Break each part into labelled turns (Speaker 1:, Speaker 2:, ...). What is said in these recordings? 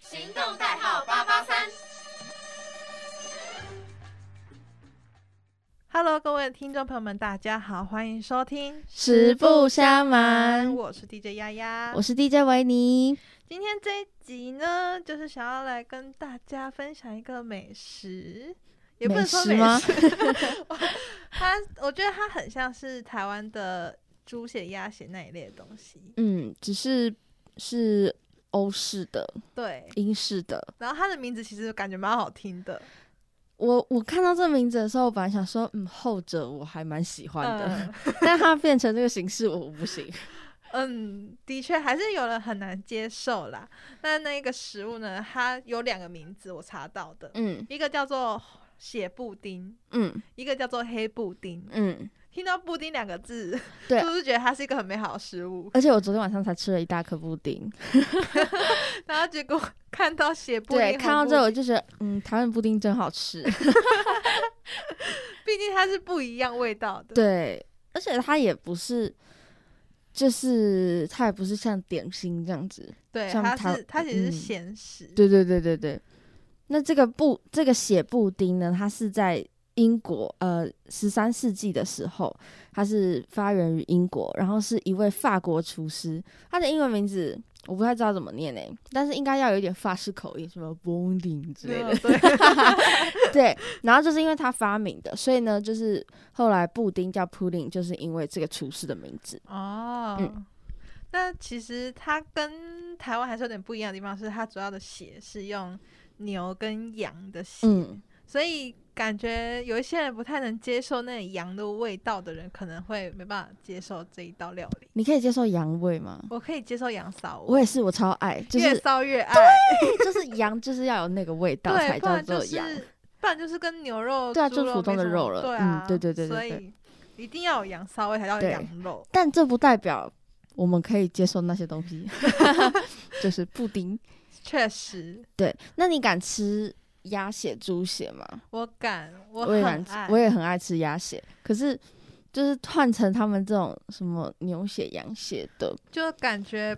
Speaker 1: 行动代号八八三。
Speaker 2: Hello，各位听众朋友们，大家好，欢迎收听《
Speaker 3: 实不相瞒
Speaker 2: 我是 DJ 丫丫，
Speaker 3: 我是 DJ 维尼，
Speaker 2: 今天这一集呢，就是想要来跟大家分享一个美食，也不能说美
Speaker 3: 美食吗
Speaker 2: 食，我 它我觉得它很像是台湾的猪血、鸭血那一类的东西，
Speaker 3: 嗯，只是是欧式的、
Speaker 2: 对。
Speaker 3: 英式的。
Speaker 2: 然后它的名字其实感觉蛮好听的，
Speaker 3: 我我看到这名字的时候，我本来想说，嗯，后者我还蛮喜欢的，
Speaker 2: 嗯
Speaker 3: 但它变成这个形式，我不行。
Speaker 2: 嗯，的确还是有人很难接受啦。那那个食物呢，它有两个名字，我查到的，
Speaker 3: 嗯
Speaker 2: 一个叫做血布丁，
Speaker 3: 嗯
Speaker 2: 一个叫做黑布丁。
Speaker 3: 嗯，
Speaker 2: 听到布丁两个字，
Speaker 3: 对
Speaker 2: 是不是觉得它是一个很美好的食物？
Speaker 3: 而且我昨天晚上才吃了一大颗布丁，
Speaker 2: 然后结 果看到血布丁，
Speaker 3: 对，看到这我，就觉得，嗯，台湾布丁真好 吃。
Speaker 2: 毕竟它是不一样味道的。，
Speaker 3: 对，而且它也不是，就是它也不是像点心这样子，
Speaker 2: 对，
Speaker 3: 像
Speaker 2: 它
Speaker 3: 它
Speaker 2: 是它其实是
Speaker 3: 嗯
Speaker 2: 咸食。
Speaker 3: 对对对对对。那这个布这个血布丁呢，它是在英国呃十三世纪的时候，它是发源于英国，然后是一位法国厨师，他的英文名字我不太知道怎么念诶、但是应该要有一点法式口音，什么 b o n d i n 之类的
Speaker 2: 嗯。对，
Speaker 3: 对，然后就是因为他发明的，所以呢，就是后来布丁叫 pudding，就是因为这个厨师的名字。
Speaker 2: 哦，
Speaker 3: 嗯
Speaker 2: 那其实它跟台湾还是有点不一样的地方，是它主要的血是用牛跟羊的血，
Speaker 3: 嗯，
Speaker 2: 所以感觉有一些人不太能接受那羊的味道的人，可能会没办法接受这一道料理。
Speaker 3: 你可以接受羊味吗？
Speaker 2: 我可以接受羊骚味，
Speaker 3: 我也是，我超爱，就
Speaker 2: 越
Speaker 3: 是
Speaker 2: 骚越爱，
Speaker 3: 就是羊，就是要有那个味道
Speaker 2: 对，
Speaker 3: 才
Speaker 2: 不
Speaker 3: 叫
Speaker 2: 然
Speaker 3: 做
Speaker 2: 就是
Speaker 3: 羊。，
Speaker 2: 不然就是跟牛肉、
Speaker 3: 对啊
Speaker 2: 猪
Speaker 3: 就是
Speaker 2: 肉
Speaker 3: 普通
Speaker 2: 没
Speaker 3: 的
Speaker 2: 什么
Speaker 3: 肉了
Speaker 2: 对
Speaker 3: 嗯
Speaker 2: 啊，
Speaker 3: 对对对对
Speaker 2: 所以一定要有羊骚味才叫
Speaker 3: 对
Speaker 2: 羊肉。
Speaker 3: 但这不代表我们可以接受那些东 西，就是布丁。
Speaker 2: 确实，
Speaker 3: 对，那你敢吃鸭血、猪血吗？
Speaker 2: 我敢，我
Speaker 3: 我
Speaker 2: 很
Speaker 3: 也敢吃
Speaker 2: 爱，
Speaker 3: 我也很爱吃鸭血，可是。就是换成他们这种什么牛血、羊血的，
Speaker 2: 就感觉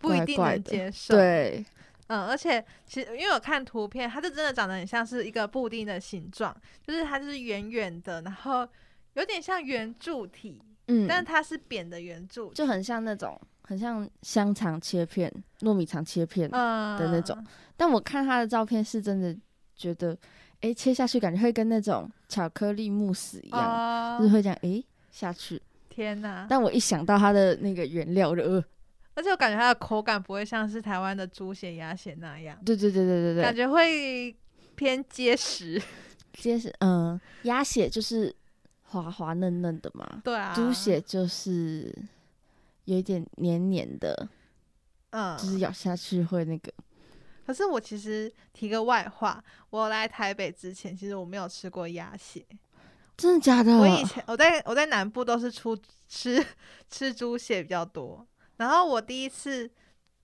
Speaker 2: 不一
Speaker 3: 怪
Speaker 2: 定
Speaker 3: 怪
Speaker 2: 能
Speaker 3: 的
Speaker 2: 接受。，
Speaker 3: 对，
Speaker 2: 嗯，而且其实因为我看图片，它就真的长得很像是一个布丁的形状，就是它就是圆圆的，然后有点像圆柱体，
Speaker 3: 嗯，
Speaker 2: 但它是扁的圆柱体，
Speaker 3: 就很像那种，很像香肠切片、糯米肠切片。
Speaker 2: 嗯
Speaker 3: 的那种。但我看他的照片，是真的觉得，诶，切下去感觉会跟那种巧克力慕斯一样，
Speaker 2: 哦
Speaker 3: 就是会这样，诶，下去。
Speaker 2: 天哪！
Speaker 3: 但我一想到它的那个原料，我就呃，
Speaker 2: 而且我感觉它的口感不会像是台湾的猪血、鸭血那样，
Speaker 3: 对对对对对
Speaker 2: 感
Speaker 3: 对，
Speaker 2: 觉会偏结实。
Speaker 3: 结实，嗯，鸭血就是滑滑嫩嫩的嘛，
Speaker 2: 对啊，
Speaker 3: 猪血就是有一点黏黏的，
Speaker 2: 嗯，
Speaker 3: 就是咬下去会那个，
Speaker 2: 可是我其实提个外话，我来台北之前，其实我没有吃过鸭血。
Speaker 3: 真的假的？
Speaker 2: 我以前我在我在南部都是出吃吃猪血比较多，然后我第一次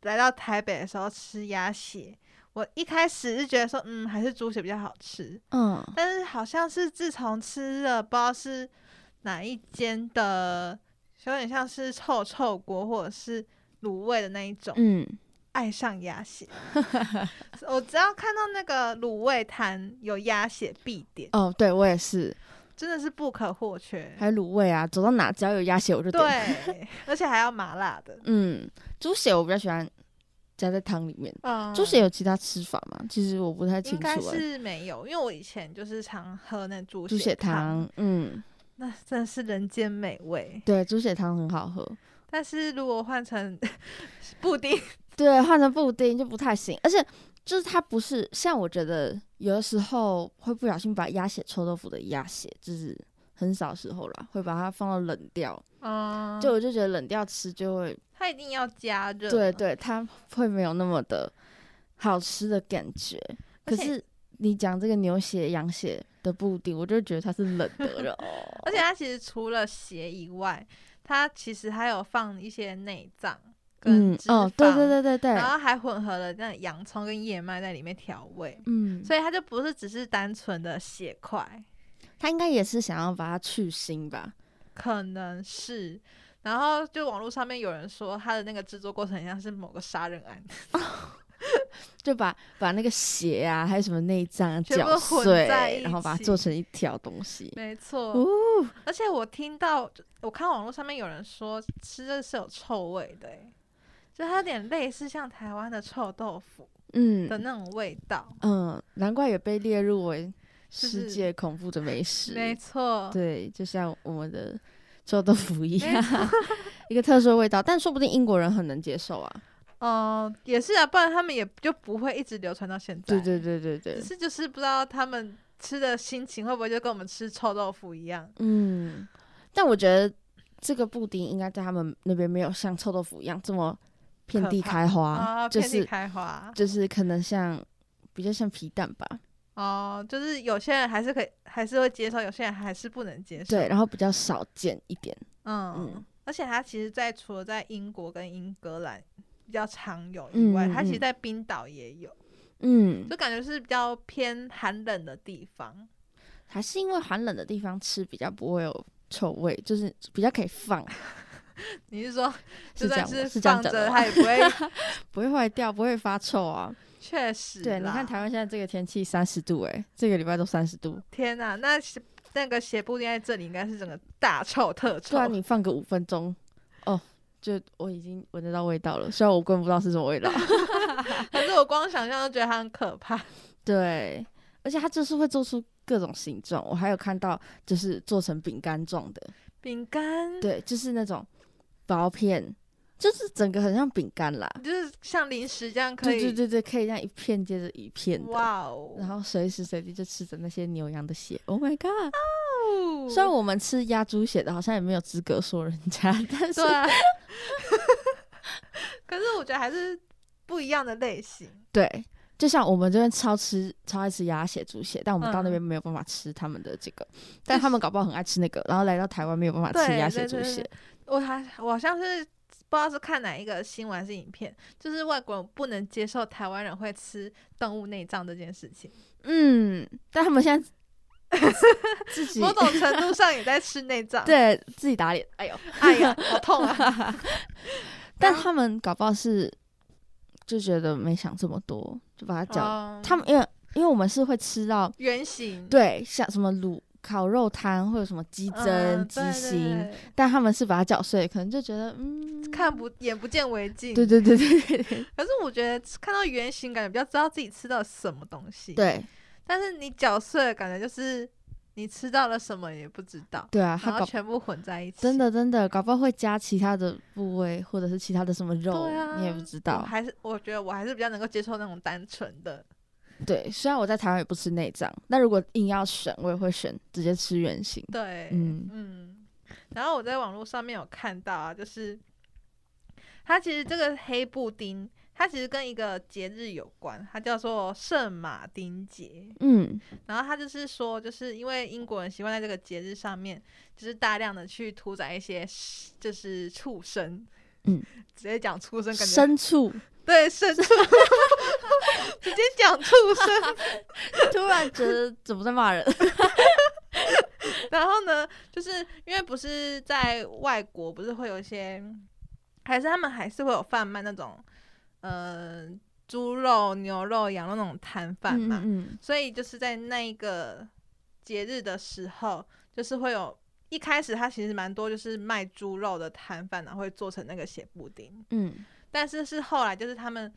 Speaker 2: 来到台北的时候吃鸭血，我一开始是觉得说，嗯，还是猪血比较好吃，
Speaker 3: 嗯
Speaker 2: 但是好像是自从吃了不知道是哪一间的，有点像是臭臭锅或者是卤味的那一种，
Speaker 3: 嗯，
Speaker 2: 爱上鸭血。我只要看到那个卤味摊有鸭血必点，
Speaker 3: 哦，对我也是，
Speaker 2: 真的是不可或缺。
Speaker 3: 还有卤味啊，走到哪只要有鸭血我就点。
Speaker 2: 对，而且还要麻辣 的。
Speaker 3: 嗯，猪血我比较喜欢加在汤里面。
Speaker 2: 嗯，
Speaker 3: 猪血有其他吃法吗？其实我不太清
Speaker 2: 应
Speaker 3: 楚、欸。
Speaker 2: 该是没有，因为我以前就是常喝那猪
Speaker 3: 猪血
Speaker 2: 汤，
Speaker 3: 汤，嗯，
Speaker 2: 那真的是人间美味。
Speaker 3: 对，猪血汤很好喝。
Speaker 2: 但是如果换成 布 丁，
Speaker 3: 对，换成布丁就不太行，而且就是它不是像我觉得有的时候会不小心把鸭血臭豆腐的鸭血，就是很少时候啦，会把它放到冷掉。
Speaker 2: 嗯，
Speaker 3: 就我就觉得冷掉吃就会，
Speaker 2: 它一定要加热。
Speaker 3: 对，对，它会没有那么的好吃的感觉。
Speaker 2: 而
Speaker 3: 可
Speaker 2: 且
Speaker 3: 是你讲这个牛血、羊血的布丁，我就觉得它是冷 的了。
Speaker 2: 而且它其实除了血以外，它其实还有放一些内脏跟
Speaker 3: 嗯
Speaker 2: 脂，肪，
Speaker 3: 哦，对对对对对
Speaker 2: 然，后还混合了那洋葱跟燕麦在里面调味，
Speaker 3: 嗯，
Speaker 2: 所以它就不是只是单纯的血块，
Speaker 3: 他应该也是想要把它去腥吧？
Speaker 2: 可能是。然后就网络上面有人说，它的那个制作过程很像是某个杀人案，
Speaker 3: 就把把那个血啊，还有什么内脏啊
Speaker 2: 全部
Speaker 3: 搅
Speaker 2: 混
Speaker 3: 碎
Speaker 2: 在一，
Speaker 3: 然后把它
Speaker 2: 起
Speaker 3: 做成一条东西。
Speaker 2: 没错。
Speaker 3: 哦，
Speaker 2: 而且我听到，我看网络上面有人说吃这个是有臭味的、欸，就它有点类似像台湾的臭豆腐的
Speaker 3: 嗯
Speaker 2: 那种味道。
Speaker 3: 嗯，难怪也被列入为
Speaker 2: 就是
Speaker 3: 世界恐怖的美食。
Speaker 2: 没错，
Speaker 3: 对，就像我们的臭豆腐一样， 一个特殊的味道，但说不定英国人很能接受啊。
Speaker 2: 哦、也是啊，不然他们也就不会一直流传到现在。
Speaker 3: 对对对对对
Speaker 2: 只，是就是不知道他们吃的心情会不会就跟我们吃臭豆腐一样。
Speaker 3: 嗯，但我觉得这个布丁应该在他们那边没有像臭豆腐一样这么遍地
Speaker 2: 可怕
Speaker 3: 开花，
Speaker 2: 啊，
Speaker 3: 就
Speaker 2: 遍地
Speaker 3: 是
Speaker 2: 开花
Speaker 3: 就是可能像比较像皮蛋吧，
Speaker 2: 哦，就是有些人还是可以，还是会接受，有些人还是不能接受。
Speaker 3: 对，然后比较少见一点，
Speaker 2: 嗯，
Speaker 3: 嗯
Speaker 2: 而且它其实在除了在英国跟英格兰比较常有以外，
Speaker 3: 嗯
Speaker 2: 它其实
Speaker 3: 嗯
Speaker 2: 在冰岛也有，
Speaker 3: 嗯，
Speaker 2: 就感觉是比较偏寒冷的地方。
Speaker 3: 还是因为寒冷的地方吃比较不会有臭味，就是比较可以放，啊
Speaker 2: 你是说，就
Speaker 3: 是这
Speaker 2: 算
Speaker 3: 样
Speaker 2: 是
Speaker 3: 吗是这样
Speaker 2: 放
Speaker 3: 讲
Speaker 2: 着
Speaker 3: 的
Speaker 2: 它
Speaker 3: 吗，
Speaker 2: 也不会，
Speaker 3: 不会坏掉，不会发臭啊。
Speaker 2: 确实啦。
Speaker 3: 对，你看台湾现在这个天气三十度、哎，这个礼拜都三十度，
Speaker 2: 天哪、那是那个鞋布丁在这里应该是整个大臭 特
Speaker 3: 突
Speaker 2: 臭。
Speaker 3: 啊然你放个五分钟，哦，就我已经闻得到味道了，虽然我根本不知道是什么味道。
Speaker 2: 可是我光想象就觉得它很可怕。
Speaker 3: 对，而且它就是会做出各种形状，我还有看到就是做成饼干状的，
Speaker 2: 饼干，
Speaker 3: 对，就是那种薄片，就是整个很像饼干啦。
Speaker 2: 就是像零食这样可
Speaker 3: 啊对
Speaker 2: 以。
Speaker 3: 对嗯对对，可以这样一片接着一片的。
Speaker 2: 哇哦！
Speaker 3: 然后随时随地就吃着那些牛羊的血，Oh my god！
Speaker 2: 哦
Speaker 3: 虽然我们吃鸭猪血的，好像也没有资格说人家， 但是
Speaker 2: 对啊， 可是我觉得还是不一样的类型。
Speaker 3: 对，就像我们这边超吃超爱吃鸭血、猪血，但我们到
Speaker 2: 嗯
Speaker 3: 那边没有办法吃他们的这个，但他们搞不好很爱吃那个，然后来到台湾没有办法吃
Speaker 2: 对
Speaker 3: 鸭
Speaker 2: 对
Speaker 3: 血、猪
Speaker 2: 对
Speaker 3: 血
Speaker 2: 对，我还我好像是不知道是看哪一个新闻还是影片，就是外国人不能接受台湾人会吃动物内脏这件事情，
Speaker 3: 嗯，但他们现在 自己
Speaker 2: 某种程度上也在吃内脏。，
Speaker 3: 对自己打脸，哎呦，
Speaker 2: 哎呀，好痛 啊！
Speaker 3: 但他们搞不好是就觉得没想这么多，就把它搅，
Speaker 2: 嗯
Speaker 3: 他们因为因为我们是会吃到。
Speaker 2: 原型
Speaker 3: 对，像什么卤烤肉摊或者什么鸡胗、
Speaker 2: 嗯
Speaker 3: 鸡
Speaker 2: 对对
Speaker 3: 心，
Speaker 2: 对
Speaker 3: 但他们是把它搅碎，可能就觉得嗯，
Speaker 2: 看不眼不见为净。
Speaker 3: 对对对对对对
Speaker 2: 可是我觉得看到原型，感觉比较知道自己吃到了什么东西。
Speaker 3: 对
Speaker 2: 但是你搅碎了，感觉就是你吃到了什么也不知道，
Speaker 3: 对啊，
Speaker 2: 然
Speaker 3: 他
Speaker 2: 后
Speaker 3: 搞
Speaker 2: 全部混在一起。
Speaker 3: 真，的真的搞不好会加其他的部位或者是其他的什么肉，
Speaker 2: 对啊
Speaker 3: 你也不知
Speaker 2: 我
Speaker 3: 道。
Speaker 2: 还是我觉得我还是比较能够接受那种单纯的。
Speaker 3: 对，虽然我在台湾也不吃内脏，但如果硬要选，我也会选直接吃原形。
Speaker 2: 对，
Speaker 3: 嗯
Speaker 2: 嗯。然后我在网络上面有看到啊，就是它其实这个黑布丁，它其实跟一个节日有关，它叫做圣马丁节。
Speaker 3: 嗯
Speaker 2: 然后他就是说，就是因为英国人习惯在这个节日上面，就是大量的去屠宰一些食就是畜生，
Speaker 3: 嗯，
Speaker 2: 直接讲畜生，感觉
Speaker 3: 牲畜
Speaker 2: 对牲畜， 直接讲畜生。
Speaker 3: 突然觉得怎么在骂 人？
Speaker 2: 然后呢，就是因为不是在外国，不是会有一些，还是他们还是会有贩卖那种，呃，猪肉、牛肉、羊肉那种摊贩
Speaker 3: 嗯
Speaker 2: 嘛，
Speaker 3: 嗯
Speaker 2: 所以就是在那一个节日的时候，就是会有一开始它其实蛮多就是卖猪肉的摊贩，啊然后会做成那个血布丁，
Speaker 3: 嗯
Speaker 2: 但是是后来就是他们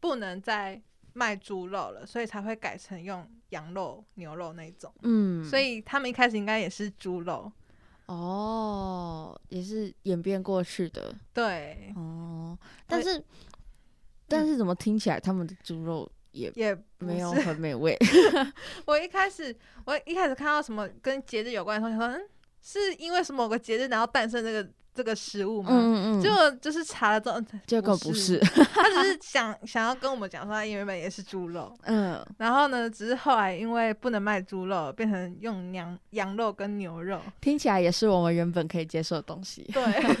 Speaker 2: 不能再卖猪肉了，所以才会改成用羊肉、牛肉那种。
Speaker 3: 嗯，
Speaker 2: 所以他们一开始应该也是猪肉，
Speaker 3: 哦，也是演变过去的。
Speaker 2: 对，
Speaker 3: 哦，但
Speaker 2: 会
Speaker 3: 是但是怎么听起来他们的猪肉 也
Speaker 2: 也不
Speaker 3: 没有
Speaker 2: 是
Speaker 3: 很美味？
Speaker 2: 我一开始我一开始看到什么跟节日有关的时候，想说嗯，是因为什么某个节日然后诞生这个这个食物吗？
Speaker 3: 嗯
Speaker 2: 结
Speaker 3: 就
Speaker 2: 果就是查了之后，嗯
Speaker 3: 结果不是，
Speaker 2: 他只是想想要跟我们讲说，他原本也是猪肉，
Speaker 3: 嗯，
Speaker 2: 然后呢，只是后来因为不能卖猪肉，变成用羊羊肉跟牛肉。
Speaker 3: 听起来也是我们原本可以接受的东 西，
Speaker 2: 对，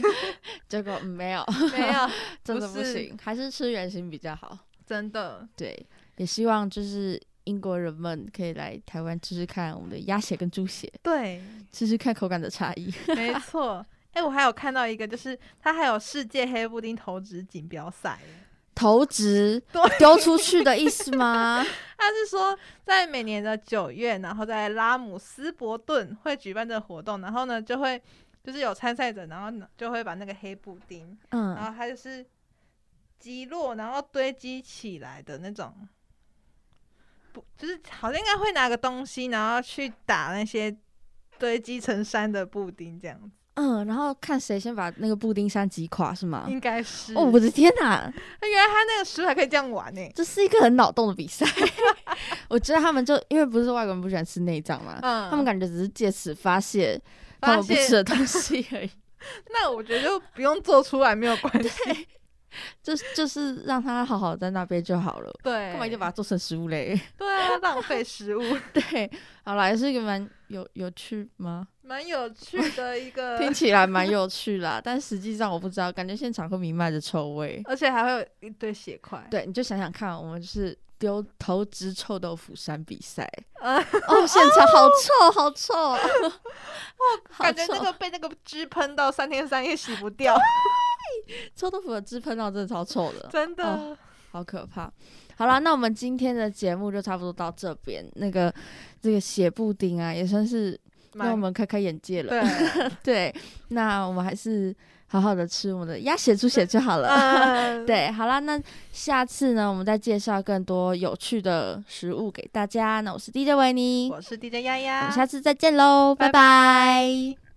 Speaker 3: 结果嗯没有，
Speaker 2: 没有，
Speaker 3: 真的不
Speaker 2: 是
Speaker 3: 行，还是吃原形比较好。
Speaker 2: 真的
Speaker 3: 对，也希望就是。英国人们可以来台湾吃吃看我们的鸭血跟猪血，
Speaker 2: 对，
Speaker 3: 吃吃看口感的差异。
Speaker 2: 没错。哎、我还有看到一个，就是它还有世界黑布丁投掷锦标赛耶，
Speaker 3: 投掷
Speaker 2: 对
Speaker 3: 丢出去的意思 吗？
Speaker 2: 他是说，在每年的九月，然后在拉姆斯伯顿会举办这个活动，然后呢就会就是有参赛者，然后呢就会把那个黑布丁，然
Speaker 3: 嗯，
Speaker 2: 后它就是击落，然后堆积起来的那种，不就是好像应该会拿个东西，然后去打那些堆积成山的布丁，这样子、
Speaker 3: 嗯，然后看谁先把那个布丁山击垮是吗？
Speaker 2: 应该是。
Speaker 3: 哦，我的天哪，
Speaker 2: 那原来他那个书还可以这样玩呢、
Speaker 3: 这是一个很脑洞的比赛。 我觉得他们就因为不是说外国人不喜欢吃内脏嘛，
Speaker 2: 嗯，
Speaker 3: 呃他们感觉只是借此发泄他
Speaker 2: 发
Speaker 3: 们不
Speaker 2: 现
Speaker 3: 吃的东西 而已，
Speaker 2: 那我觉得就不用做出来没有关系，
Speaker 3: 就是就是让他好好在那边就好了，
Speaker 2: 对，
Speaker 3: 干嘛一定把它做成食 物嘞？
Speaker 2: 对啊，浪费食物，
Speaker 3: 对，好啦，也是一个蛮有有趣吗？
Speaker 2: 蛮有趣的一个，
Speaker 3: 听起来蛮有趣啦，但实际上我不知道，感觉现场会弥漫着臭味。
Speaker 2: 而且还会有一堆血块，
Speaker 3: 对，你就想想看，我们就是丢投掷臭豆腐山比 赛，
Speaker 2: 啊，
Speaker 3: 哦，现场好臭，好臭，哦 我
Speaker 2: 感觉那个被那个汁喷到三天三夜洗不掉，
Speaker 3: 臭豆腐的汁喷到真的超臭的，
Speaker 2: 真的。
Speaker 3: 哦好可怕。好啦，那我们今天的节目就差不多到这边。那个这个血布丁啊，也算是让
Speaker 2: 蛮
Speaker 3: 我们开开眼界 了。
Speaker 2: 对，
Speaker 3: 对，那我们还是好好的吃我们的鸭血猪血就 好了。
Speaker 2: 嗯，
Speaker 3: 对，好啦，那下次呢，我们再介绍更多有趣的食物给大家。那我是 DJ 维尼，
Speaker 2: 我是 DJ 丫
Speaker 3: 我
Speaker 2: 丫，
Speaker 3: 们下次再见喽，拜拜